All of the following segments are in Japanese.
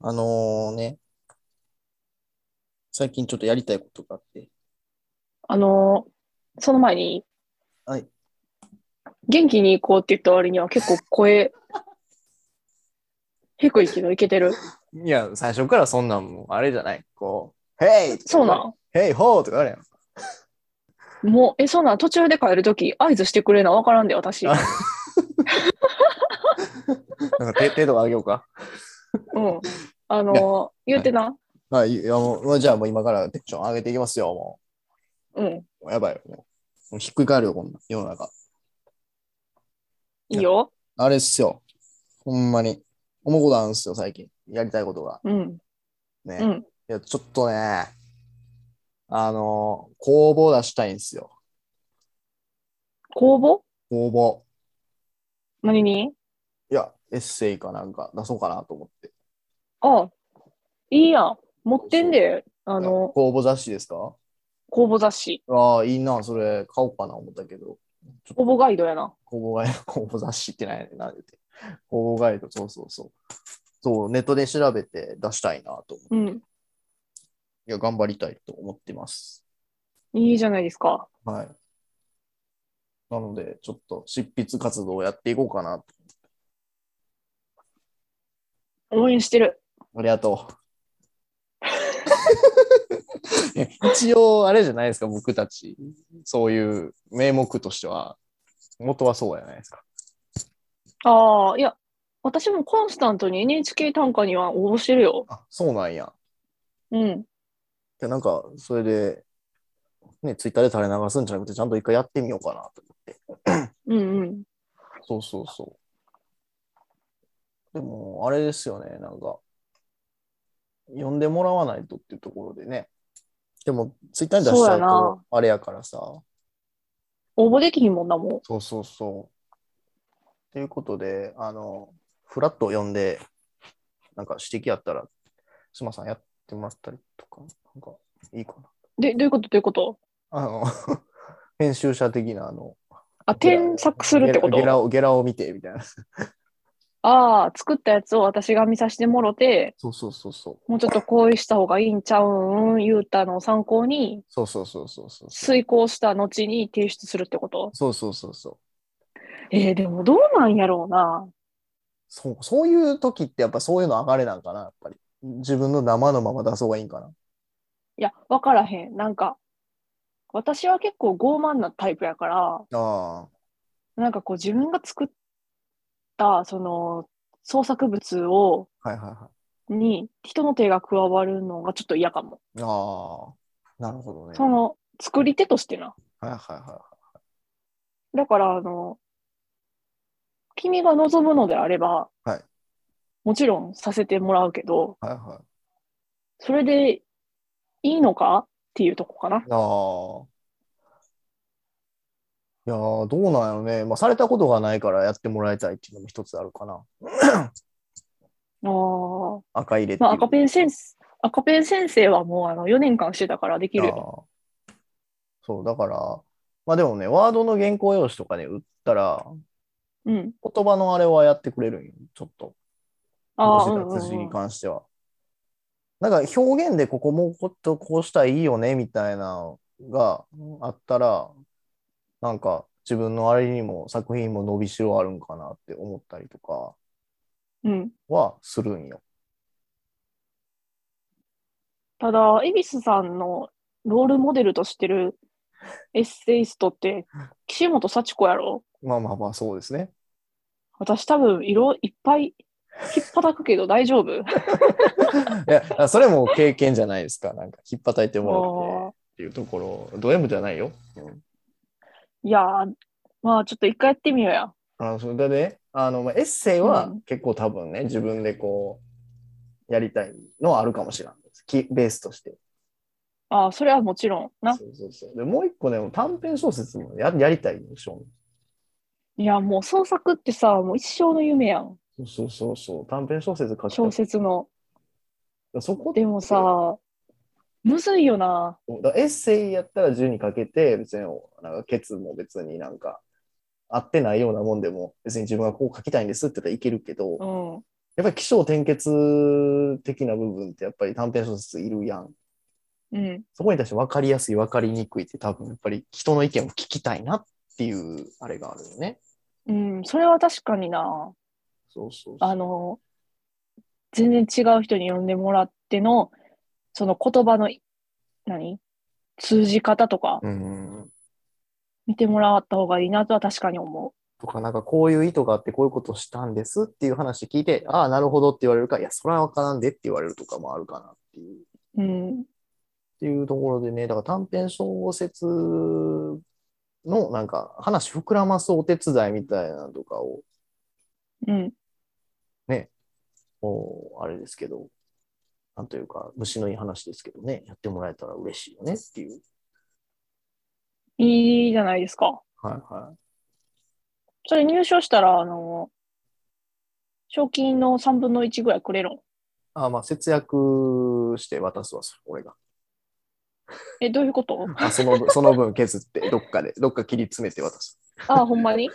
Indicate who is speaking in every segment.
Speaker 1: あのね、最近ちょっとやりたいことがあって。
Speaker 2: あのーその前に、
Speaker 1: はい
Speaker 2: 元気に行こうって言った割には結構 声、低いけどいけてる。
Speaker 1: いや、最初からそんなんもうあれじゃない。こう、ヘイ
Speaker 2: そうな
Speaker 1: の
Speaker 2: ん
Speaker 1: ヘイホーとかあれやん。
Speaker 2: もう、え、そうなん途中で帰るとき合図してくれなわからんで、私。う
Speaker 1: あ
Speaker 2: ん。
Speaker 1: なんか手 手とかあげようか。
Speaker 2: あのー言ってな。
Speaker 1: はい、いやもうもう、じゃあもう今からテンション上げていきますよ、も
Speaker 2: うん。
Speaker 1: う。もうやばいよ、もう。もうひっくり返るよ、こんな、世の中。
Speaker 2: いいよ。
Speaker 1: あれっすよ。ほんまに。思うことあるんすよ、最近。やりたいことが。
Speaker 2: うん。
Speaker 1: ね。
Speaker 2: う
Speaker 1: い
Speaker 2: ん。
Speaker 1: や、ちょっとね、あの工房出したいんすよ。
Speaker 2: 公募
Speaker 1: 工房。
Speaker 2: 何に
Speaker 1: いや、エッセイかなんか出そうかなと思って。
Speaker 2: あ、いいやん。持ってんで、あの、
Speaker 1: 公募雑誌ですか
Speaker 2: 公募雑誌。
Speaker 1: ああ、いいな、それ買おうかな思ったけど、
Speaker 2: 公募ガイドやな。
Speaker 1: 公募ガイド、 公募雑誌ってないねんな、言うて。公募ガイド、そうそうそう。そう、ネットで調べて出したいなと思って。
Speaker 2: うん。
Speaker 1: いや、頑張りたいと思ってます。
Speaker 2: いいじゃないですか。
Speaker 1: はい。なので、ちょっと執筆活動をやっていこうかなと。
Speaker 2: 応援してる。
Speaker 1: ありがとう。え一応、あれじゃないですか、僕たち。そういう名目としては、元はそうじゃないですか。
Speaker 2: ああ、いや、私もコンスタントに NHK 短歌には応募してるよ。
Speaker 1: あ、そうなんや。
Speaker 2: うん。
Speaker 1: でなんか、それで、ね、ツイッターで垂れ流すんじゃなくて、ちゃんと一回やってみようかなと思って。
Speaker 2: うんうん。
Speaker 1: そうそうそう。でも、あれですよね、なんか、呼んでもらわないとっていうところでね。でも、ツイッターに出しちゃ
Speaker 2: そううやな
Speaker 1: と、あれやからさ。
Speaker 2: 応募できひんもんなも
Speaker 1: そうそうそう。ということで、あの、フラット呼んで、なんか指摘あったら、すまさんやってもらったりとか、なんかいいかな。
Speaker 2: ん。で、どういうことどういうこと
Speaker 1: あの、 編集者的な、あの、
Speaker 2: あ、添削するってこ
Speaker 1: ゲラゲ
Speaker 2: と
Speaker 1: ラをゲラを見てみたいな。
Speaker 2: ああ、作ったやつを私が見させてもろて、
Speaker 1: そうそうそうそう。
Speaker 2: もうちょっとこうした方がいいんちゃうん言うたのを参考に、
Speaker 1: そうそうそうそうそう。
Speaker 2: 遂行した後に提出するってこと
Speaker 1: そうそうそうそう。
Speaker 2: えー、でもどうなんやろうな。
Speaker 1: そうそういう時ってやっぱそういうの上がれなんかな、やっぱり。自分の生のまま出そうがいいんかな。
Speaker 2: いや、わからへん。なんか、私は結構傲慢なタイプやから、
Speaker 1: ああ。
Speaker 2: なんかこう自分が作った、その、創作物を、
Speaker 1: はいはいは
Speaker 2: に人の手が加わるのがちょっと嫌かも。
Speaker 1: い。ああ。なるほどね。
Speaker 2: その、作り手としてな。
Speaker 1: はいはいは
Speaker 2: だから、あの、君が望むのであれば、
Speaker 1: はい
Speaker 2: もちろんさせてもらうけど、
Speaker 1: い。はいはい。
Speaker 2: それでいいのかっていうとこかな。
Speaker 1: ああ。いやーどうなんやろね。まあ、されたことがないからやってもらいたいっていうのも一つあるかな。
Speaker 2: あー
Speaker 1: 赤入れって
Speaker 2: ま
Speaker 1: いう。
Speaker 2: あ、赤ペン先生、赤ペン先生はもうあの4年間してたからできるよ。
Speaker 1: あーそう、だから、まあでもね、ワードの原稿用紙とかね、売ったら、
Speaker 2: うん。
Speaker 1: 言葉のあれはやってくれるんよ、ちょっと。
Speaker 2: ああ、う
Speaker 1: 文字
Speaker 2: んうんう
Speaker 1: 脱字に
Speaker 2: ん、
Speaker 1: 関しては。なんか表現でここもうことこうしたらいいよねみたいなのがあったら、なんか自分のあれにも作品も伸びしろあるんかなって思ったりとか
Speaker 2: うん。
Speaker 1: はするんよ。
Speaker 2: ただ、恵比寿さんのロールモデルとしてるエッセイストって、岸本幸子やろ
Speaker 1: まあまあまあそうですね。
Speaker 2: 私多分色いっぱい引っ叩くけど大丈夫
Speaker 1: いや、それも経験じゃないですか。なんか引っ叩いてもらっ
Speaker 2: も
Speaker 1: てっていうところ、ド M じゃないよ。うん
Speaker 2: ういやーまあちょっと一回やってみようや
Speaker 1: あのそれでね、あのまあエッセイは
Speaker 2: うん
Speaker 1: 結構多分ね、自分でこう、やりたいのはあるかもしれないです。きベースとして。
Speaker 2: あーそれはもちろんな
Speaker 1: そうそうそう。で、もう一個ね、短編小説もややりたいんでしょ。
Speaker 2: いやもう創作ってさもう一生の夢やん
Speaker 1: そうそうそうそう。短編小説書き
Speaker 2: 小
Speaker 1: た
Speaker 2: 説の
Speaker 1: い。そこで
Speaker 2: でもさむずいよな
Speaker 1: だからエッセイやったら10にかけて、別に、なんか、ケツも別になんか、合ってないようなもんでも、別に自分がこう書きたいんですって言ったらいけるけど、
Speaker 2: うん
Speaker 1: やっぱり起承転結的な部分ってやっぱり短編小説いるやん。
Speaker 2: うん。
Speaker 1: そこに対して分かりやすい、分かりにくいって多分やっぱり人の意見を聞きたいなっていうあれがあるよね。
Speaker 2: うん、それは確かにな。
Speaker 1: そうそうそう
Speaker 2: あの、全然違う人に呼んでもらっての、その言葉の、何通じ方とか
Speaker 1: うんうん。
Speaker 2: 見てもらった方がいいなとは確かに思
Speaker 1: とか、なんかこういう意図があってこういうことをしたんですっていう話聞いて、ああ、なるほどって言われるか、いや、それは分からんでって言われるとかもあるかなっていう。
Speaker 2: う。うん。
Speaker 1: っていうところでね、だから短編小説のなんか話膨らますお手伝いみたいなのとかを、
Speaker 2: うん。
Speaker 1: もうあれですけど、なんというか、虫のいい話ですけどね、やってもらえたら嬉しいよねっていう。
Speaker 2: いいじゃないですか。
Speaker 1: はいは
Speaker 2: それ入賞したら、あの、賞金の3分の1ぐらいくれるん
Speaker 1: い。あまあ、節約して渡すわ、それ俺が。
Speaker 2: え、どういうこと
Speaker 1: あその分、その分削って、どっかで、どっか切り詰めて渡す。
Speaker 2: あ、ほんまにい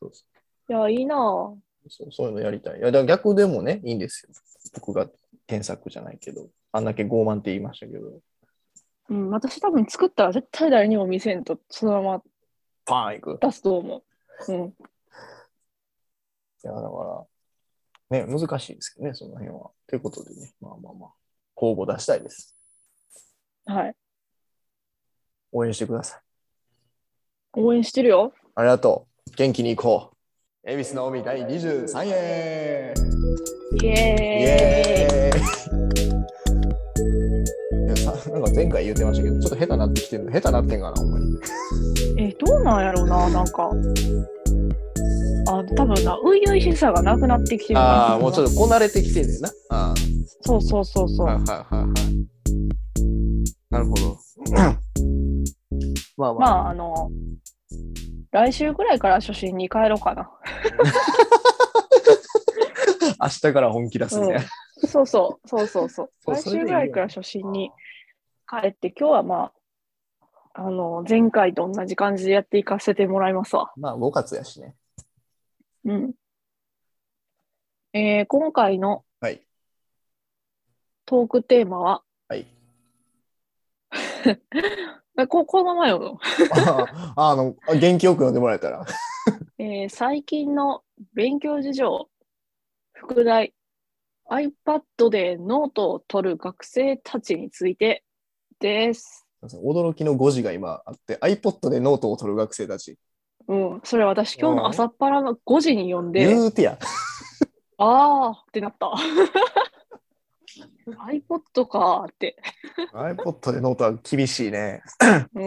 Speaker 1: そうそ
Speaker 2: や、いいなぁ。
Speaker 1: うそうそういうのやりたい。いや、だから逆でもね、いいんですよ。僕が添削じゃないけど、あんだけ傲慢って言いましたけど、
Speaker 2: うん、私多分作ったら絶対誰にも見せんと、そのま
Speaker 1: パーンいく。
Speaker 2: ま出すと思う。うん。
Speaker 1: いや、だから、ね、難しいですけどね、その辺は。ということでね、まあまあまあ、公募出したいです。
Speaker 2: はい。
Speaker 1: 応援してください。
Speaker 2: 応援してるよ。
Speaker 1: ありがとう。元気に行こう。恵比寿の海第23へ
Speaker 2: イ
Speaker 1: イ
Speaker 2: エーイ。
Speaker 1: エーイいやさなんか前回言ってましたけど、ちょっと下手なってきてるの、下手なってんかな、ほんまに。
Speaker 2: え、どうなんやろうな、なんか。あ、多分な、初々しさがなくなってきてる
Speaker 1: ああ、もうちょっ
Speaker 2: と。
Speaker 1: とこなれてきてるねんな。あ
Speaker 2: そうそうそう
Speaker 1: あ、
Speaker 2: そ。
Speaker 1: はいうはいはいはい。なるほど。まあまあ、
Speaker 2: まあ、あの、来週ぐらいから初心に帰ろうかな。
Speaker 1: 明日から本気出すね。
Speaker 2: うんそうそう、そうそうそう。
Speaker 1: そう
Speaker 2: 来
Speaker 1: それでい
Speaker 2: 週
Speaker 1: いよ
Speaker 2: ぐらいから初心に帰って、今日はまあ、あの、前回と同じ感じでやっていかせてもらいますわ。
Speaker 1: まあ5月やしね。
Speaker 2: うん。えー今回の
Speaker 1: はい。
Speaker 2: トークテーマは、
Speaker 1: はい。
Speaker 2: えここの前の、
Speaker 1: ああの、元気よく読んでもらえたら。
Speaker 2: えー最近の勉強事情、副題、iPad でノートを取る学生たちについてです。
Speaker 1: 驚きの5時が今あって、iPod でノートを取る学生たち。
Speaker 2: うん、それ私今日
Speaker 1: うん
Speaker 2: の朝っぱらの5時に読んで、
Speaker 1: 言うてや。
Speaker 2: あーってなった。iPod かーって。
Speaker 1: iPod でノートは厳しいね。
Speaker 2: うん。
Speaker 1: い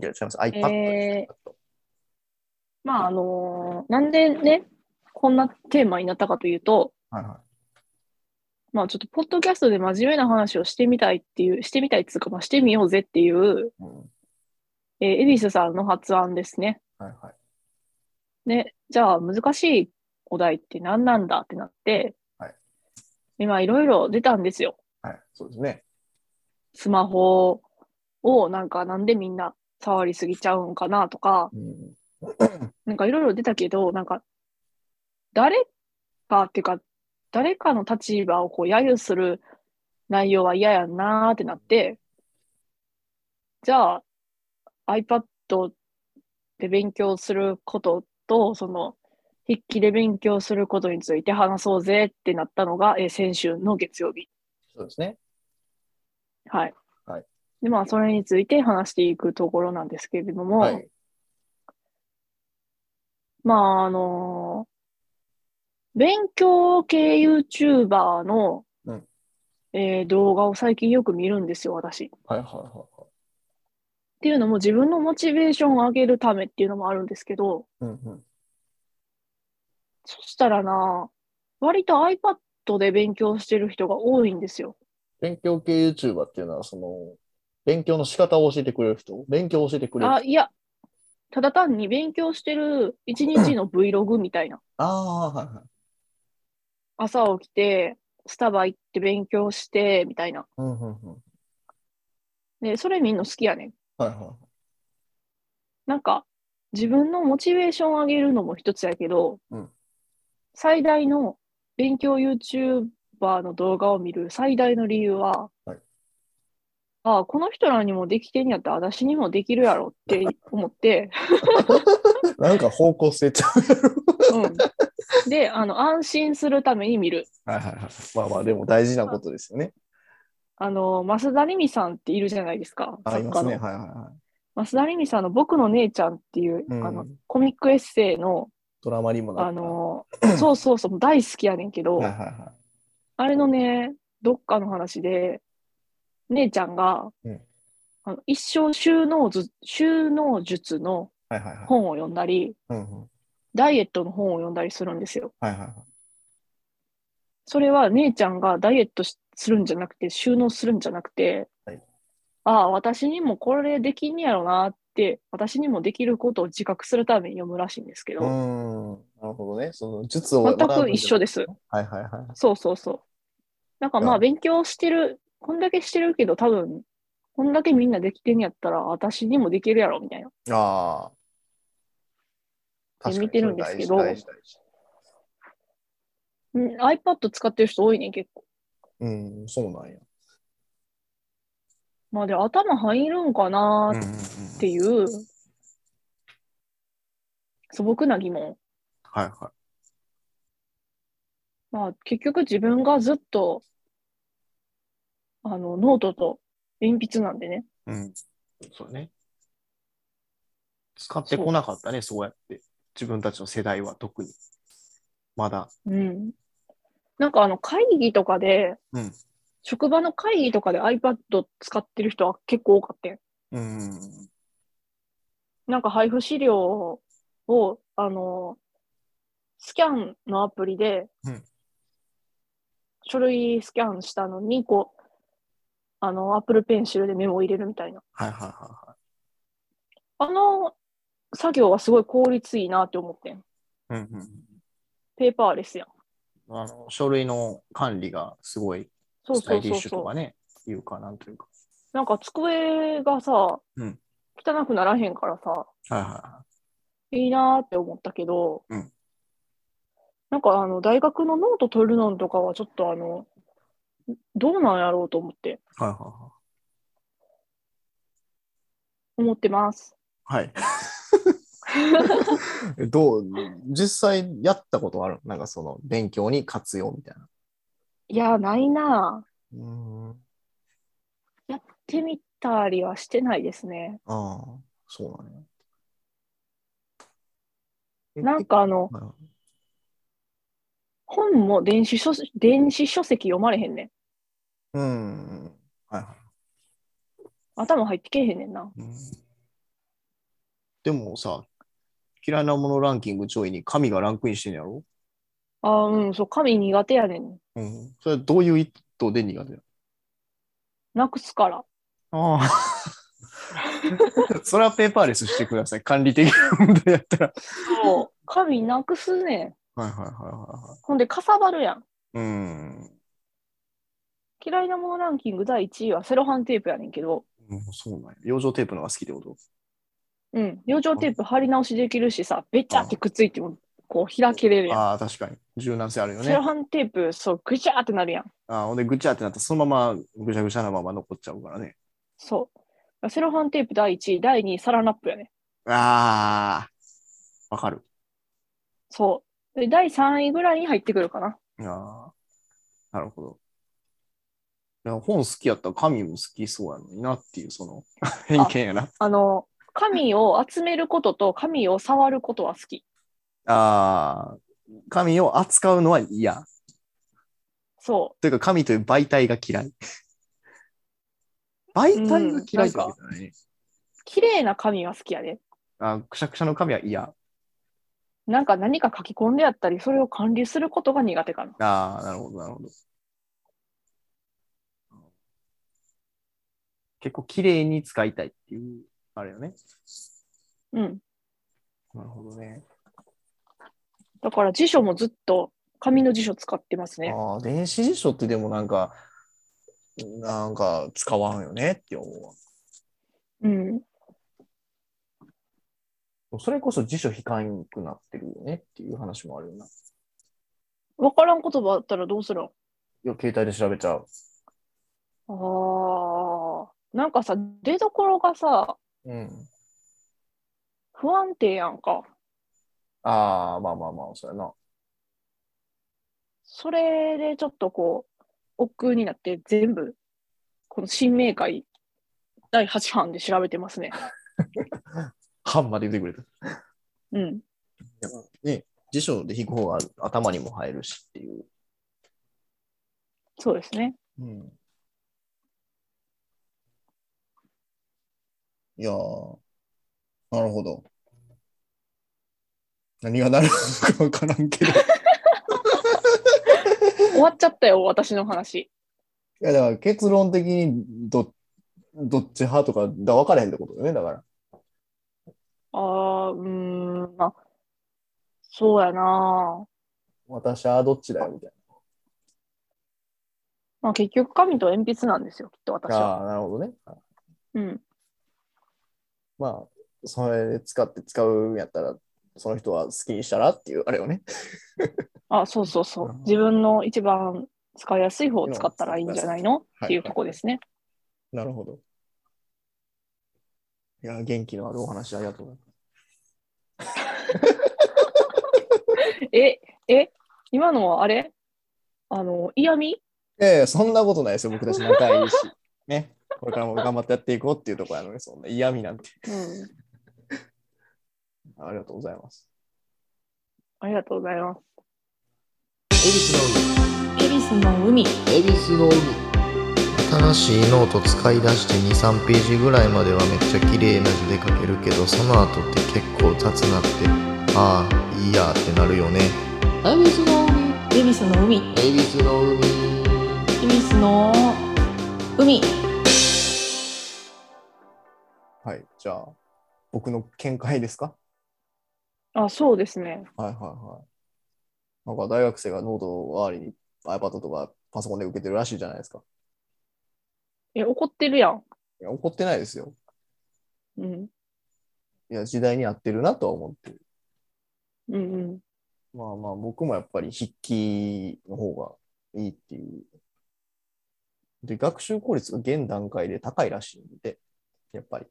Speaker 1: や違います。iPad
Speaker 2: えまあ、あのーなんでね、こんなテーマになったかというと、
Speaker 1: はいは
Speaker 2: まあちょっとポッドキャストで真面目な話をしてみたいっていう、してみたいっつうか、まあしてみようぜっていう、
Speaker 1: い。うん
Speaker 2: えー、恵比寿さんの発案ですね。
Speaker 1: はいはい。
Speaker 2: ね、じゃあ難しいお題って何なんだってなって、
Speaker 1: はい
Speaker 2: 今いろいろ出たんですよ。
Speaker 1: はい。そうですね。
Speaker 2: スマホをなんかなんでみんな触りすぎちゃうんかなとか、
Speaker 1: うん。
Speaker 2: なんかいろいろ出たけど、なんか誰かっていうか、誰かの立場をこう揶揄する内容は嫌やんなーってなって、じゃあ iPad で勉強することと、その筆記で勉強することについて話そうぜってなったのが、えー先週の月曜日。
Speaker 1: そうですね。
Speaker 2: はい。
Speaker 1: はい
Speaker 2: で、まあ、それについて話していくところなんですけれども、
Speaker 1: はい。
Speaker 2: まあ、あのー勉強系 YouTuber の、
Speaker 1: うん
Speaker 2: えー動画を最近よく見るんですよ、私。っ
Speaker 1: はいはいはいはい。
Speaker 2: ていうのも自分のモチベーションを上げるためっていうのもあるんですけど、
Speaker 1: うんうん。
Speaker 2: そしたらな、割と iPad で勉強してる人が多いんですよ。
Speaker 1: 勉強系 YouTuber っていうのは、その、勉強の仕方を教えてくれる人勉強を教えてくれる
Speaker 2: あ、
Speaker 1: 人
Speaker 2: いや、ただ単に勉強してる一日の Vlog みたいな。
Speaker 1: ああー、はいはい。
Speaker 2: 朝起きて、スタバ行って勉強して、みたいな。
Speaker 1: うんうんうん。
Speaker 2: で、それみんな好きやねん。
Speaker 1: はいは
Speaker 2: なんか、自分のモチベーションを上げるのも一つやけど、
Speaker 1: うん
Speaker 2: 最大の勉強 YouTuber の動画を見る最大の理由は、
Speaker 1: はい
Speaker 2: ああ、この人らにもできてんやったら私にもできるやろって 思って、
Speaker 1: なんか方向性ちゃうやろ。
Speaker 2: うん、で、あの、安心するために見る。
Speaker 1: はいはいはい。まあまあ、でも大事なことですよね。
Speaker 2: あの、増田理美さんっているじゃないですか、
Speaker 1: あ
Speaker 2: 作
Speaker 1: りま
Speaker 2: 家
Speaker 1: すね。
Speaker 2: の。
Speaker 1: はいはいはい。
Speaker 2: 増田理美さんの僕の姉ちゃんっていう、
Speaker 1: うん
Speaker 2: あの、コミックエッセイの、
Speaker 1: ドラマにもなった。
Speaker 2: あの、そうそうそう、大好きやねんけど、
Speaker 1: はいはいは
Speaker 2: あれのね、どっかの話で、姉ちゃんが、
Speaker 1: うん
Speaker 2: あの一生収納術収納術の
Speaker 1: い。はいはいはい。
Speaker 2: 本を読んだり、
Speaker 1: うんうん。
Speaker 2: ダイエットの本を読んだりするんですよ。
Speaker 1: はいはいはい。
Speaker 2: それは姉ちゃんがダイエットしするんじゃなくて、収納するんじゃなくて、
Speaker 1: はい
Speaker 2: ああ、私にもこれできんねやろなって、私にもできることを自覚するために読むらしいんですけ
Speaker 1: うー
Speaker 2: ど、
Speaker 1: ん。なるほどね。その術を
Speaker 2: 全
Speaker 1: 学ぶ
Speaker 2: く一緒です。
Speaker 1: はいはいはい。
Speaker 2: そうそうそう。なんかま
Speaker 1: う
Speaker 2: あ
Speaker 1: ん
Speaker 2: 勉強してる、こんだけしてるけど多分、こんだけみんなできてんやったら私にもできるやろみたいな。
Speaker 1: ああ。
Speaker 2: で
Speaker 1: 確かに
Speaker 2: 見てるんですけど
Speaker 1: 大事大事大事
Speaker 2: うん iPad 使ってる人多いね、結構。
Speaker 1: うん、そうなんや。
Speaker 2: まあで頭入るんかな
Speaker 1: うんうん
Speaker 2: ー
Speaker 1: うん
Speaker 2: っていう素朴な疑問。
Speaker 1: はいは
Speaker 2: まあ結局自分がずっとあのノートと鉛筆なんでね。
Speaker 1: い。うん。そうね。使ってこなかったね、そうやって。自分たちの世代は特に。まだ。
Speaker 2: うん。なんかあの会議とかで、
Speaker 1: うん
Speaker 2: 職場の会議とかで iPad 使ってる人は結構多かったよ
Speaker 1: うん。
Speaker 2: なんか配布資料を、あの、スキャンのアプリで
Speaker 1: うん、
Speaker 2: 書類スキャンしたのに、こう、あの、Apple Pencil でメモを入れるみたいな。
Speaker 1: はいはいはいは
Speaker 2: あの作業はすごい効率いいなって思ってん。
Speaker 1: い。うんうん。
Speaker 2: ペーパーレスやん。
Speaker 1: あの、書類の管理がすごい、
Speaker 2: そう
Speaker 1: スタ
Speaker 2: そ
Speaker 1: イ
Speaker 2: う
Speaker 1: リッ
Speaker 2: そう
Speaker 1: シュと
Speaker 2: そ
Speaker 1: かね、いうかなんというか。
Speaker 2: う。なんか机がさ、
Speaker 1: うん
Speaker 2: 汚くならへんからさ、
Speaker 1: はいはいはい。
Speaker 2: いいなーって思ったけど、
Speaker 1: うん
Speaker 2: なんかあの大学のノート取るのとかはちょっとあのどうなんやろうと思って
Speaker 1: はいは
Speaker 2: 思ってます。
Speaker 1: いはい。はい。 えどう、実際やったことあるなんかその勉強に活用みたいな。
Speaker 2: いやーないなー。
Speaker 1: うん。あ
Speaker 2: 手見たりはしてないですね。
Speaker 1: あ、そうなんや。え
Speaker 2: なん、かあの
Speaker 1: 結構
Speaker 2: 本も電子書電子書籍読まれへんねん。
Speaker 1: うん。はいは
Speaker 2: 頭入ってけえへんねんな。
Speaker 1: い。うんでもさ、嫌いなものランキング上位に神がランクインしてんやろ
Speaker 2: あーうん、そう、紙苦手やねん。
Speaker 1: うん。それはどういう意図で苦手なの
Speaker 2: なくすから。
Speaker 1: ああ。 それはペーパーレスしてください。管理的な問題やったら。
Speaker 2: そう。紙なくすねん。
Speaker 1: はいはいはいはいはい。
Speaker 2: ほんで、かさばるやん。
Speaker 1: うん。
Speaker 2: 嫌いなものランキング第1位はセロハンテープやねんけど、
Speaker 1: もうそうなんや。養生テープのが好きってこと
Speaker 2: うん、養生テープ貼り直しできるしさ、べちゃってくっついても、こう開けれるやん。
Speaker 1: ああ、確かに。柔軟性あるよ
Speaker 2: セロ
Speaker 1: ね。
Speaker 2: ハンテープ、そう、ぐちゃってなるやん。
Speaker 1: ああ、ほんで、ぐちゃってなったら、そのままぐちゃぐちゃなまま残っちゃうからね。
Speaker 2: そう。セロハンテープ第1位、第2位、サランラップやね。
Speaker 1: ああ、わかる。
Speaker 2: そう。で、第3位ぐらいに入ってくるかな。
Speaker 1: ああ、なるほど。いや本好きやったら神も好きそうやのになっていう、その偏見やな。
Speaker 2: あの、紙を集めることと紙を触ることは好き。
Speaker 1: ああ、神を扱うのは嫌。
Speaker 2: そ
Speaker 1: というか、神という媒体が嫌い。媒体が嫌いってわけじゃないね。
Speaker 2: う。綺麗な紙が好きやで。
Speaker 1: あーくしゃくしゃの神は嫌。
Speaker 2: なんか何か書き込んでやったり、それを管理することが苦手かな。
Speaker 1: ああ、なるほど、なるほど。結構綺麗に使いたいっていう、あれよね。
Speaker 2: うん。
Speaker 1: なるほどね。
Speaker 2: だから辞書もずっと紙の辞書使ってますね。
Speaker 1: ああ、電子辞書ってでもなんか、なんか使わんよねって思う
Speaker 2: うん。
Speaker 1: わ。それこそ辞書引かんくなってるよねっていう話もあるよな。
Speaker 2: わからん言葉あったらどうするん
Speaker 1: いや、携帯で調べちゃう。
Speaker 2: ああ、なんかさ、出どころがさ、
Speaker 1: うん。
Speaker 2: 不安定やんか。
Speaker 1: ああ、まあまあまあ、そうやな。
Speaker 2: それでちょっとこう、億劫になって全部、この新明解第8版で調べてますね。
Speaker 1: 半まで言ってくれた。
Speaker 2: うん。
Speaker 1: ね、辞書で引く方が頭にも入るしっていう。
Speaker 2: そうですね。
Speaker 1: うん。いやー、なるほど。何がなるのかわからんけど。い
Speaker 2: 終わっちゃったよ、私の話。
Speaker 1: や、だから結論的にどどっち派とかだ分からへんってことよね、だから。
Speaker 2: ああ、うーん、まあ、そうやな。
Speaker 1: 私はどっちだよ、みたい
Speaker 2: まあ結局、紙と鉛筆なんですよ、きっと私
Speaker 1: な。
Speaker 2: は。
Speaker 1: ああー、なるほどね。
Speaker 2: うん。
Speaker 1: まあ、それで使って使うんやったら、その人は好きにしたらっていう、あれよね。
Speaker 2: あ、そうそうそうう。
Speaker 1: ん
Speaker 2: 自分の一番使いやすい方を使ったらいいんじゃないの
Speaker 1: い
Speaker 2: っていうとこですね。
Speaker 1: なるほど。いや、元気のあるお話ありがとうございます。
Speaker 2: え、え、今のはあれあの、嫌味
Speaker 1: ええそんなことないですよ、僕たち仲いいし。ね。これからも頑張ってやっていこうっていうところなので、そんな嫌味なんて。
Speaker 2: うん。
Speaker 1: ありがとうございます。
Speaker 2: ありがとうございます。
Speaker 1: 恵比寿
Speaker 2: 恵比寿の海。
Speaker 1: の海。恵比寿の海。
Speaker 3: 新しいノート使い出して23ページぐらいまではめっちゃ綺麗な字で書けるけどその後って結構雑なってああいいやってなるよね
Speaker 1: 恵比寿の海。
Speaker 2: 恵比寿の海。恵
Speaker 1: 恵比寿の海。
Speaker 2: 比寿の海。
Speaker 1: はい、じゃあ、僕の見解ですか
Speaker 2: あ、そうですね。
Speaker 1: はいはいはい。なんか大学生がノート代わりに iPad とかパソコンで受けてるらしいじゃないですか。
Speaker 2: え、怒ってるやん。
Speaker 1: いや、怒ってないですよ。
Speaker 2: うん。
Speaker 1: いや、時代に合ってるなとは思ってる。
Speaker 2: うんうん。
Speaker 1: まあまあ、僕もやっぱり筆記の方がいいっていう。で、学習効率が現段階で高いらしいんで、やっぱり。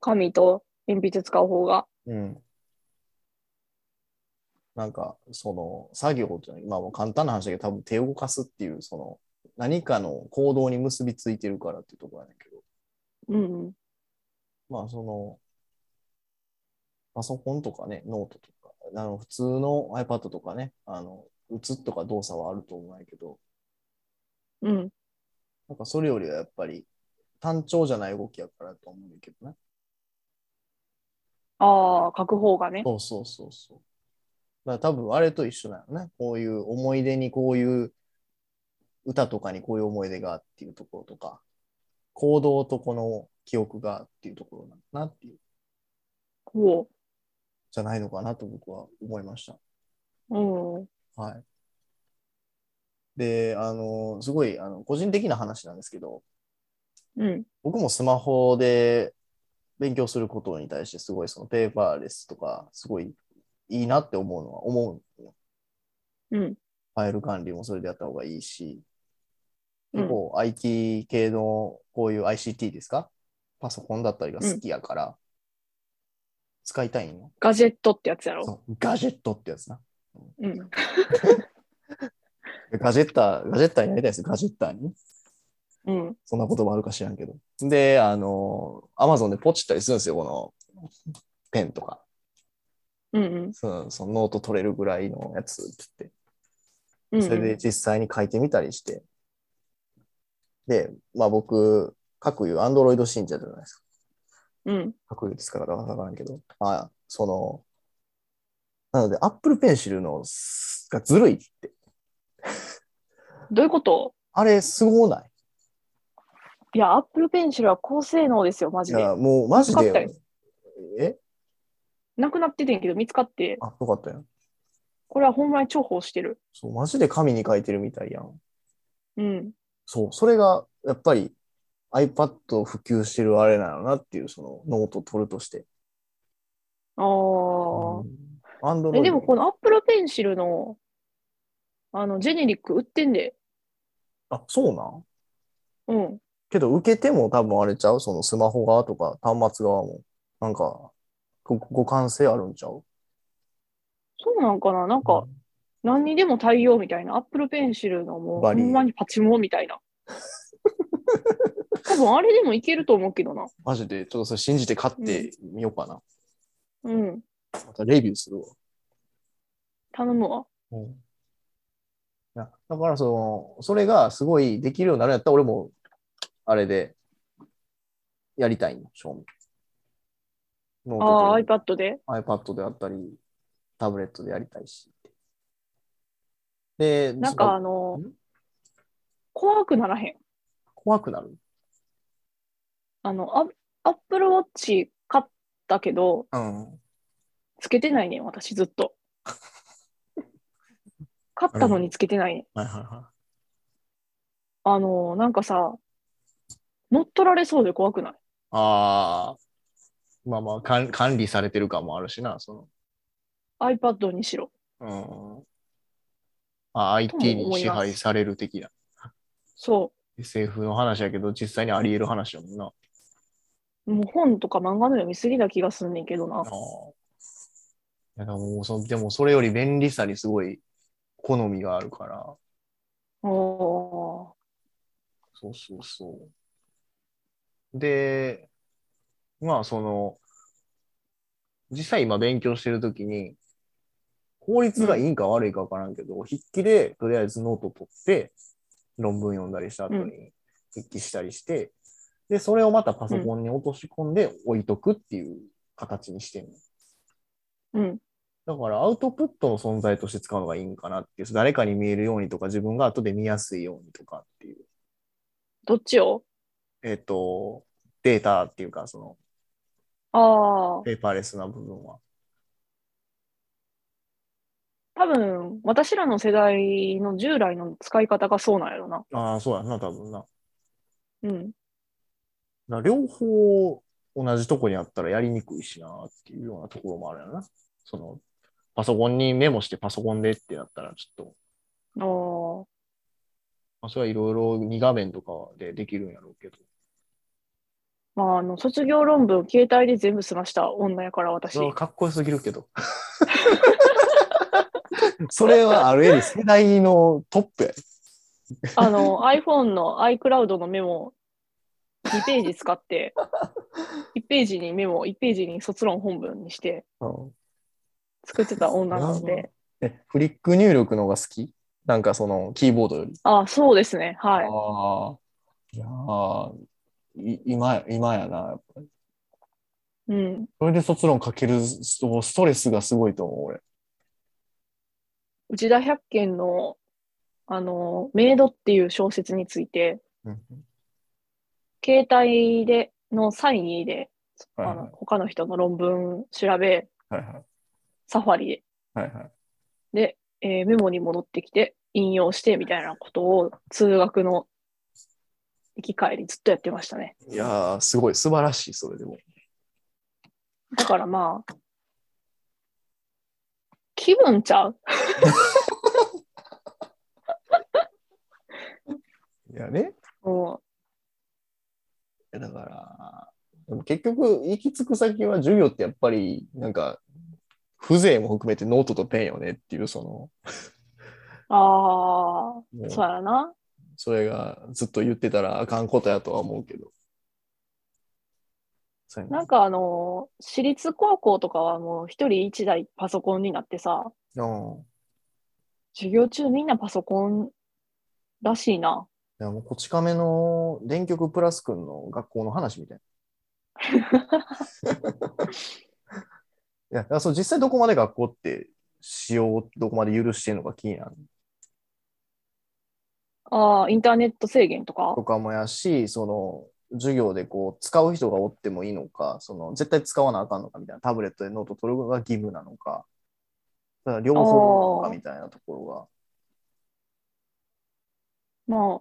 Speaker 2: 紙と鉛筆使う方が。
Speaker 1: うん。なんか、その、作業じゃない、まあもう簡単な話だけど、多分手を動かすっていう、その、何かの行動に結びついてるからっていうところやねんけど、
Speaker 2: うんうん。
Speaker 1: まあその、パソコンとかね、ノートとか、あの普通の iPad とかね、あの、打つとか動作はあると思うんやけど、
Speaker 2: うん。
Speaker 1: なんかそれよりはやっぱり単調じゃない動きやからと思うんだけどね。
Speaker 2: ああ、書く方がね。
Speaker 1: そうそうそうそう。だから多分あれと一緒なのね。こういう思い出にこういう歌とかにこういう思い出がっていうところとか、行動とこの記憶がっていうところなんだなっていう、
Speaker 2: こ
Speaker 1: じゃないのかなと僕は思いました。
Speaker 2: う。うん。
Speaker 1: はい。で、あの、すごい、あの、個人的な話なんですけど、
Speaker 2: うん。
Speaker 1: 僕もスマホで勉強することに対してすごいそのペーパーレスとかすごいいいなって思うのは思うんよ。
Speaker 2: うん。
Speaker 1: ファイル管理もそれでやった方がいいし、
Speaker 2: うん
Speaker 1: 結構 IT 系のこういう ICT ですかパソコンだったりが好きやから、使いたいんよ。
Speaker 2: ガジェットってやつやろ。
Speaker 1: そうガジェットってやつな。
Speaker 2: うん。
Speaker 1: ガジェッター、ガジェッターになりたいですよ、ガジェッターに。
Speaker 2: うん。
Speaker 1: そんな言葉あるか知らんけど。で、あの、アマゾンでポチったりするんですよ、このペンとか。
Speaker 2: うんうん。
Speaker 1: そそのノート取れるぐらいのやつって
Speaker 2: う
Speaker 1: 言
Speaker 2: ん
Speaker 1: って、それで実際に書いてみたりして、で、まあ僕、各有アンドロイド信者じゃないですか。
Speaker 2: うん。
Speaker 1: 各有ですからわからんけど、まあ、その、なので、アップルペンシルのすがずるいって、
Speaker 2: どういうこと
Speaker 1: あれ、すごない。
Speaker 2: いや、アップルペンシルは高性能ですよ、マ
Speaker 1: い
Speaker 2: ジで。
Speaker 1: や、もうマジ
Speaker 2: よかった
Speaker 1: で
Speaker 2: よ、
Speaker 1: え
Speaker 2: なくなっててんけど、見つかって、
Speaker 1: あ、よかったよ。
Speaker 2: これはほんまに重宝してる。
Speaker 1: そう、マジで紙に書いてるみたいやん。
Speaker 2: うん。
Speaker 1: そう、それがやっぱり iPad を普及してるあれなのなっていう、そのノートを取るとして。
Speaker 2: ああ。
Speaker 1: アンドロイ
Speaker 2: え、
Speaker 1: ド。
Speaker 2: でもこのアップルペンシルのあの、ジェネリック売ってんで。
Speaker 1: あ、そうなん
Speaker 2: うん。
Speaker 1: けど受けても多分あれちゃうそのスマホ側とか端末側も。なんか、ご互換性あるんちゃう
Speaker 2: そうなんかななんか、何にでも対応みたいな。アップルペンシルのもう、ほ
Speaker 1: バリー
Speaker 2: んまにパチモンみた いな。多分あれでもいけると思うけどな。
Speaker 1: マジで、ちょっとそれ信じて買ってみようかな。
Speaker 2: うん。
Speaker 1: またレビューするわ。
Speaker 2: 頼むわ。
Speaker 1: いやだからその、それがすごいできるようになるんやったら、俺も、あれで、やりたいの、正味。ノ
Speaker 2: ああ、
Speaker 1: ート
Speaker 2: iPad で。
Speaker 1: と iPad であったり、タブレットでやりたいし。で、
Speaker 2: なんかあの
Speaker 1: ん、
Speaker 2: 怖くならへん。
Speaker 1: その怖くなる。
Speaker 2: あの、アアップルウォッチ買ったけど、
Speaker 1: うん。
Speaker 2: つけてないねん、私ずっ と。買ったのにつけてないねん。
Speaker 1: はいはいは
Speaker 2: あの、なんかさ、乗っ取られそうで怖くない
Speaker 1: い。ああ。まあまあ、管管理されてる感もあるしな、その。
Speaker 2: ?iPad にしろ。
Speaker 1: うん。あ、IT に支配される的な。
Speaker 2: そ
Speaker 1: SF の話やけど、実際にあり得る話やもんな。
Speaker 2: う。もう本とか漫画の読みすぎな気がすんねんけどな。
Speaker 1: ああ。いやでもそ、でもそれより便利さにすごい好みがあるから。
Speaker 2: お
Speaker 1: そうそうそう。で、まあその、実際今勉強してるときに、効率がいいんか悪いかわからんけど、筆記でとりあえずノート取って、論文読んだりした後
Speaker 2: うん
Speaker 1: に筆記したりして、で、それをまたパソコンに落とし込んで置いとくっていう形にしてる
Speaker 2: ーうん。
Speaker 1: だからアウトプットの存在として使うのがいいんかなっていう、誰かに見えるようにとか、自分が後で見やすいようにとかっていう、
Speaker 2: どっちを
Speaker 1: えっ、と、データっていうか、その、
Speaker 2: ああ。
Speaker 1: ペーパーレスな部分は。
Speaker 2: 多分、私らの世代の従来の使い方がそうなんやろな。
Speaker 1: ああ、そうやな、多分な。
Speaker 2: うん。
Speaker 1: な両方同じとこにあったらやりにくいしなっていうようなところもあるよな。その、パソコンにメモしてパソコンでってなったら、ちょっと、
Speaker 2: ああ。
Speaker 1: まあ、それはいろいろ2画面とかでできるんやろうけど。
Speaker 2: まあ、あの、卒業論文、携帯で全部済ました女やから、私
Speaker 1: それ。はかっこよすぎるけど。 それはある意味世代のトップや。
Speaker 2: あの、iPhone の iCloud のメモ、2ページ使って、1ページにメモ、1ページに卒論本文にして作ってた女なので、
Speaker 1: え、フリック入力の方が好きなんかそのキーボードより。
Speaker 2: あそうですね、はい。
Speaker 1: ああ。いやーい今や、今やな、やっぱり。
Speaker 2: うん。
Speaker 1: それで卒論書けるストストレスがすごいと思う、俺。
Speaker 2: 内田百軒の、あの、メイドっていう小説について、携帯で、のサインで、あ
Speaker 1: はい
Speaker 2: の他の人の論文調べ、
Speaker 1: はいはい
Speaker 2: サファリで、
Speaker 1: はいはい。
Speaker 2: えーメモに戻ってきて、引用してみたいなことを通学の行き帰りずっとやってましたね。
Speaker 1: いやー、すごい、素晴らしい、それでも。
Speaker 2: だからまあ、気分ちゃ う
Speaker 1: いやね。
Speaker 2: うん。
Speaker 1: だから、でも結局、行き着く先は授業ってやっぱり、なんか、風情も含めてノートとペンよねっていう、その、
Speaker 2: あ
Speaker 1: も
Speaker 2: あ、
Speaker 1: う
Speaker 2: そうやな。
Speaker 1: それがずっと言ってたらあかんことやとは思うけど。そうや
Speaker 2: なんかあのー私立高校とかはもう一人一台パソコンになってさ、
Speaker 1: うん
Speaker 2: 授業中みんなパソコンらしいな。
Speaker 1: いやもうこち亀の電極プラスくんの学校の話みたいな。いや、だからそう実際どこまで学校って使用をどこまで許してるのか気になる
Speaker 2: ああ、インターネット制限とか
Speaker 1: とかもやし、その授業でこう使う人がおってもいいのか、その絶対使わなあかんのかみたいな、タブレットでノート取るのが義務なのか、だから両方なのかみたいなところが。
Speaker 2: まあ、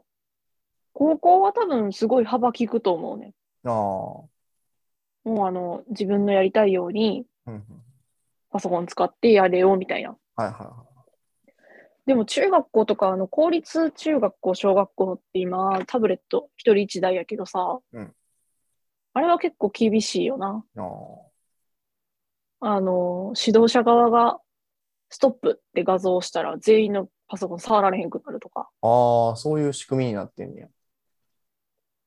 Speaker 2: 高校は多分すごい幅利くと思うね。
Speaker 1: ああ。
Speaker 2: もうあの、自分のやりたいように
Speaker 1: うんうん
Speaker 2: パソコン使ってやれよみたいな。
Speaker 1: はいはいは
Speaker 2: でも中学校とか、あの、公立中学校、小学校って今、タブレット一人一台やけどさ、
Speaker 1: うん
Speaker 2: あれは結構厳しいよな。
Speaker 1: ああ。
Speaker 2: あの、指導者側が、ストップって画像をしたら、全員のパソコン触られへんくなるとか。
Speaker 1: ああ、そういう仕組みになってんねや。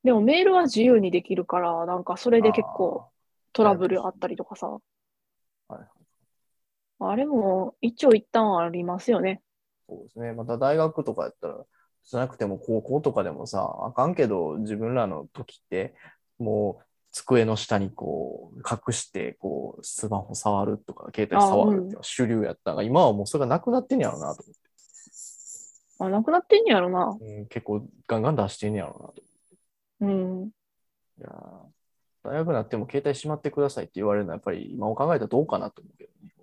Speaker 2: でもメールは自由にできるから、なんかそれで結構トラブルあったりとかさ。
Speaker 1: はいはい
Speaker 2: あれも一長一短はありますよね。
Speaker 1: そうですね。また大学とかやったら、じゃなくても高校とかでもさ、あかんけど、自分らの時って、もう机の下にこう隠して、こうスマホ触るとか、携帯触るっていうのが主流やったのが、今はもうそれがなくなってんやろうなと思って、
Speaker 2: あ、なくなってんやろな。
Speaker 1: うん結構ガンガン出してんやろうなと
Speaker 2: うん。
Speaker 1: いやー大学になっても携帯しまってくださいって言われるのは、やっぱり今を考えたらどうかなと思うけどね。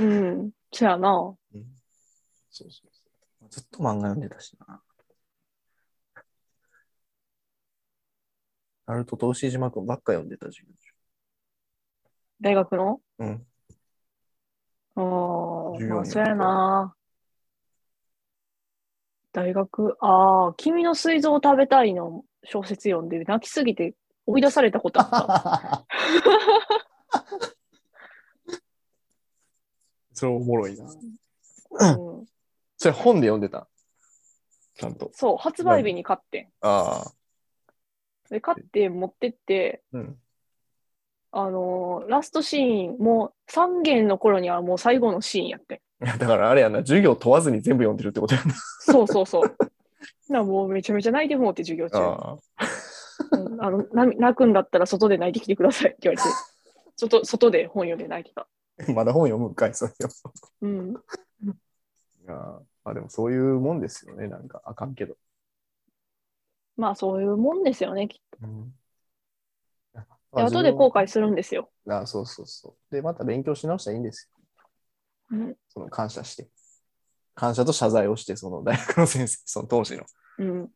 Speaker 2: うん。そやな。
Speaker 1: そうそうそうずっと漫画読んでたしな。ナルトと牛島くんばっか読んでた時期。
Speaker 2: 大学の
Speaker 1: うん。
Speaker 2: あ
Speaker 1: 14
Speaker 2: あ、まあ、
Speaker 1: 年
Speaker 2: そやな。大学、ああ、君の膵臓を食べたいの小説読んで、泣きすぎて追い出されたことあった。
Speaker 1: それおもろいな。
Speaker 2: うん、
Speaker 1: それ本で読んでた。ちゃんと。
Speaker 2: そう、発売日に買って
Speaker 1: ああ。
Speaker 2: ん。で、買って持ってって、
Speaker 1: うん。
Speaker 2: あのーラストシーン、もう3弦の頃にはもう最後のシーンやってん。
Speaker 1: いやだからあれやな、授業問わずに全部読んでるってことやな。
Speaker 2: そうそうそう。なもうめちゃめちゃ泣いてもうって授業中。
Speaker 1: あ
Speaker 2: うんあのな泣くんだったら外で泣いてきてくださいって言われて、外外で本読んで泣いてた。
Speaker 1: あ。 まだ本読むんかい、それを。
Speaker 2: うん、
Speaker 1: いやーまあでもそういうもんですよね、なんかあかんけど。
Speaker 2: まあそういうもんですよね、きっ
Speaker 1: うん。
Speaker 2: と。で後で後悔するんですよ。
Speaker 1: あそうそうそう。で、また勉強し直したらいいんですよ。
Speaker 2: うん、
Speaker 1: その感謝して。感謝と謝罪をして、その大学の先生、 その当時の。だか
Speaker 2: うん、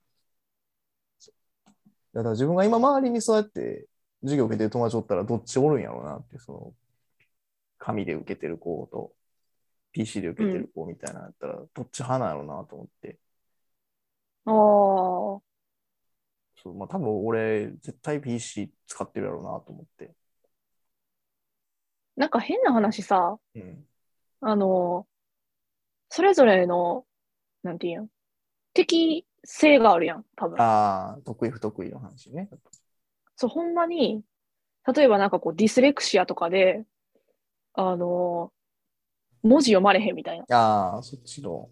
Speaker 1: ら自分が今周りにそうやって授業受けてる友達おったらどっちおるんやろうなって、その、紙で受けてる子と、PC で受けてる子みたいなのやったら、どっち派なんやろうなと思って。
Speaker 2: ああ、
Speaker 1: そう、まあ多分俺、絶対 PC 使ってるやろうなと思って。
Speaker 2: なんか変な話さ、
Speaker 1: うん。
Speaker 2: あのーそれぞれの、なんていうん、適性があるやん、多分。
Speaker 1: ああ、得意不得意の話ね。
Speaker 2: そう、ほんまに、例えばなんかこう、ディスレクシアとかで、あのー文字読まれへんみたいな。っ
Speaker 1: ああ、そっちの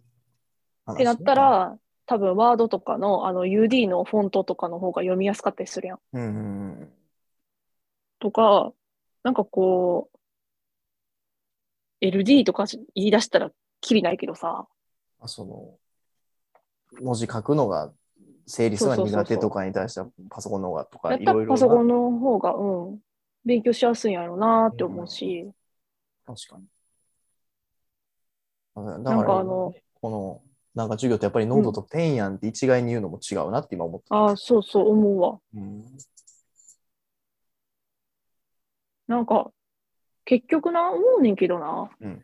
Speaker 1: 話ね。
Speaker 2: てなったら、多分ワードとかの、あの、UD のフォントとかの方が読みやすかったりするやん。
Speaker 1: うんうんうん。
Speaker 2: とか、なんかこう、LD とかし言い出したらきりないけどさ、
Speaker 1: まあその、文字書くのが整理するのが苦手とかに対してはパソコンの方がとか
Speaker 2: やっ
Speaker 1: い
Speaker 2: た
Speaker 1: ろ
Speaker 2: ら
Speaker 1: いろ
Speaker 2: パソコン
Speaker 1: な。
Speaker 2: の方が、うん、勉強しやすいんやろうなって思うし、
Speaker 1: 確かに。だから
Speaker 2: なんかあの、
Speaker 1: この、なんか授業ってやっぱりノートとペンやんって一概に言うのも違うなって今思って
Speaker 2: ああ、そうそう思うわ。
Speaker 1: うん
Speaker 2: なんか、結局な、思うねんけどな、
Speaker 1: うん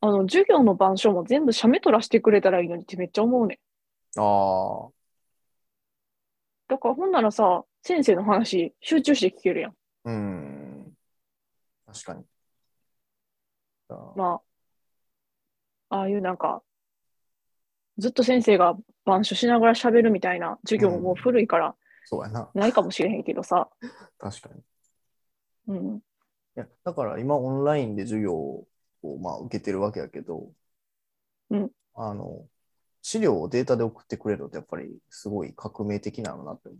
Speaker 2: あの、授業の板書も全部写メ取らしてくれたらいいのにってめっちゃ思うねん。
Speaker 1: あ
Speaker 2: だからほんならさ、先生の話集中して聞けるやん。
Speaker 1: あ、うん。確かに。あー
Speaker 2: まあ、ああいうなんか、ずっと先生が板書しながら喋るみたいな授業ももう古いから
Speaker 1: そうやな。
Speaker 2: ないかもしれへんけどさ、
Speaker 1: 確かに。い
Speaker 2: うん、
Speaker 1: や、だから今オンラインで授業をまあ受けてるわけやけど、
Speaker 2: うん
Speaker 1: あの、資料をデータで送ってくれるのってやっぱりすごい革命的なのなって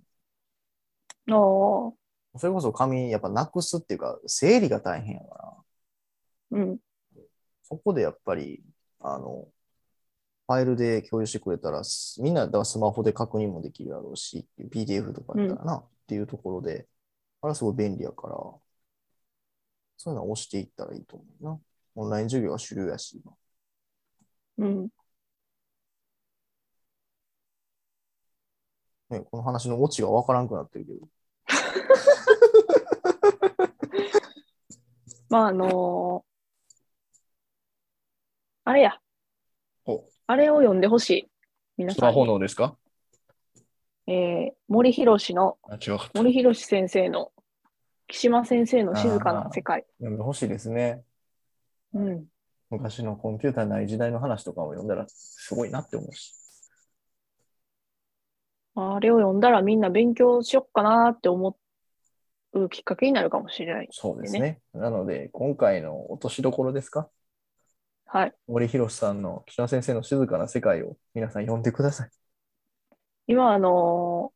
Speaker 1: 思
Speaker 2: ああ、
Speaker 1: う。それこそ紙やっぱなくすっていうか、整理が大変やから、
Speaker 2: うん、
Speaker 1: そこでやっぱり、あの、ファイルで共有してくれたら、すみんなだからスマホで確認もできるだろうし、PDF とかやったらな、っていうところで、あれはすごい便利やから、そういうのは押していったらいいと思うな。オンライン授業が主流やし、今。
Speaker 2: うん、
Speaker 1: ね、この話のオチがわからんくなってるけど。
Speaker 2: まああのーあれや、
Speaker 1: お
Speaker 2: あれを読んでほしい。皆
Speaker 1: そ
Speaker 2: さ
Speaker 1: れは
Speaker 2: んに。
Speaker 1: 炎ですか
Speaker 2: えー森博の、
Speaker 1: あ、違うかった。
Speaker 2: 森博先生の、岸間先生の静かな世界。
Speaker 1: 読んでほしいですね。
Speaker 2: うん。
Speaker 1: 昔のコンピューターない時代の話とかを読んだらすごいなって思うし。
Speaker 2: あれを読んだらみんな勉強しよっかなって思うきっかけになるかもしれない。
Speaker 1: そうですね。なので、今回の落としどころですか
Speaker 2: はい。
Speaker 1: 森博さんの岸田先生の静かな世界を皆さん読んでください。
Speaker 2: 今、あの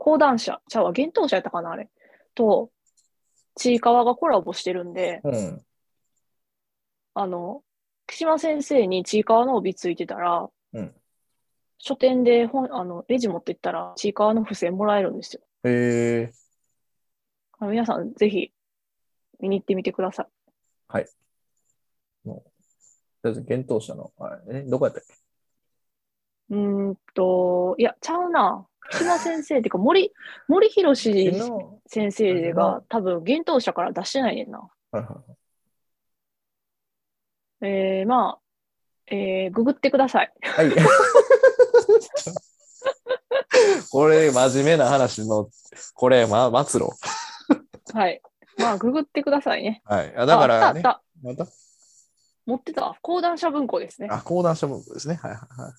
Speaker 2: ー講談社、ちゃうわ、幻冬社やったかな、あれ。と、ちいかわがコラボしてるんで、
Speaker 1: うん。
Speaker 2: あの、岸間先生にちいかわの帯ついてたら、
Speaker 1: うん
Speaker 2: 書店で本、あの、レジ持ってったら、ちいかわの付箋もらえるんですよ。
Speaker 1: えー、
Speaker 2: あの皆さん、ぜひ、見に行ってみてください。
Speaker 1: とりあえず、幻冬者の、あれ、えどこやったっけ
Speaker 2: うーんと、いや、ちゃうな。岸間先生っていうか、森、森博
Speaker 1: 昨日
Speaker 2: 先生が、多分、幻冬舎から出してないねんな。
Speaker 1: はいはい
Speaker 2: えー、まあ、えー、ググってください。
Speaker 1: はい。はい。 これ、真面目な話の、これ、ま、末路。
Speaker 2: はい。まあ、ググってくださいね。
Speaker 1: はい。あだか
Speaker 2: ああ
Speaker 1: ら、
Speaker 2: ったあっ
Speaker 1: ね、
Speaker 2: た。
Speaker 1: また
Speaker 2: 持ってた。講談社文庫ですね。
Speaker 1: あ、講談社文庫ですね。はいはいはい。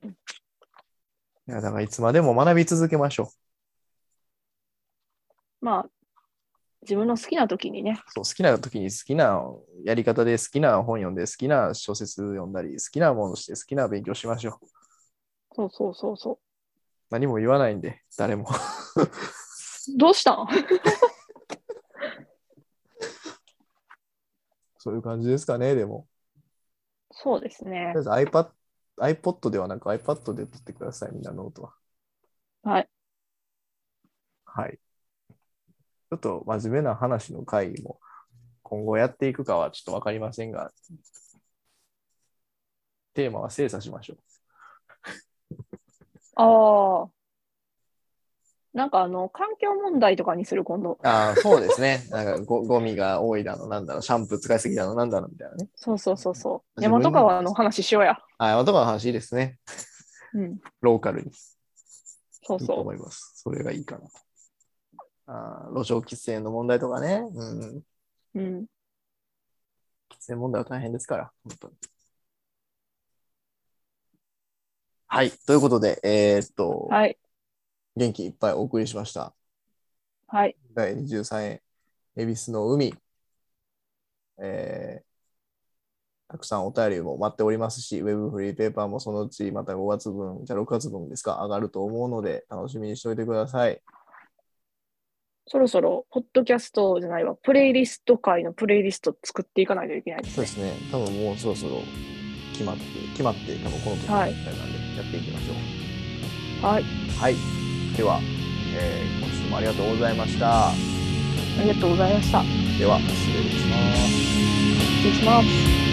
Speaker 2: うん。
Speaker 1: いや、だから、いつまでも学び続けましょう。
Speaker 2: まあ、自分の好きな時にね。
Speaker 1: そう好きな時に好きなやり方で好きな本読んで好きな小説読んだり好きなものして好きな勉強しましょう。
Speaker 2: そうそうそうそ
Speaker 1: 何も言わないんで、誰も。
Speaker 2: う。どうしたん
Speaker 1: そういう感じですかね、でも。
Speaker 2: そうですね
Speaker 1: とりあ。えず iPad、iPod ではなく iPad で撮ってください、みんなノートは。
Speaker 2: はい。
Speaker 1: はい。ちょっと真面目な話の会議も今後やっていくかはちょっとわかりませんが、テーマは精査しましょう。
Speaker 2: ああ。なんかあの、環境問題とかにする今度。
Speaker 1: ああ、そうですね。 なんかごゴミが多いだの、なんだの、シャンプー使いすぎだの、なんだの、みたいなね。
Speaker 2: そうそうそうそう。
Speaker 1: 自分
Speaker 2: 山
Speaker 1: に
Speaker 2: と川の話しようや。
Speaker 1: ああ、とかの話いいですね。
Speaker 2: うん。
Speaker 1: ローカルに。
Speaker 2: そう
Speaker 1: いいと
Speaker 2: そ
Speaker 1: 思います。それがいいかな。あー路上喫煙の問題とかね。うん。喫
Speaker 2: う。うん。
Speaker 1: 煙問題は大変ですから、本当に。はい。ということで、えーっと、
Speaker 2: はい。
Speaker 1: 元気いっぱいお送りしました。
Speaker 2: はい。
Speaker 1: 第23円、恵比寿の海。えーたくさんお便りも待っておりますし、ウェブフリーペーパーもそのうちまた5月分、じゃあ6月分ですか、上がると思うので、楽しみにしておいてください。
Speaker 2: そろそろ、ポッドキャストじゃないわ、プレイリスト界のプレイリスト作っていかないといけないです
Speaker 1: そう
Speaker 2: ね
Speaker 1: で。すね、多分もうそろそろ決まって、決まって、多分この時みたいなんで、やっていきましょう。
Speaker 2: はい。
Speaker 1: はい、では、えー今週もありがとうございました。
Speaker 2: ありがとうございました。
Speaker 1: では、失礼します。
Speaker 2: 失礼します。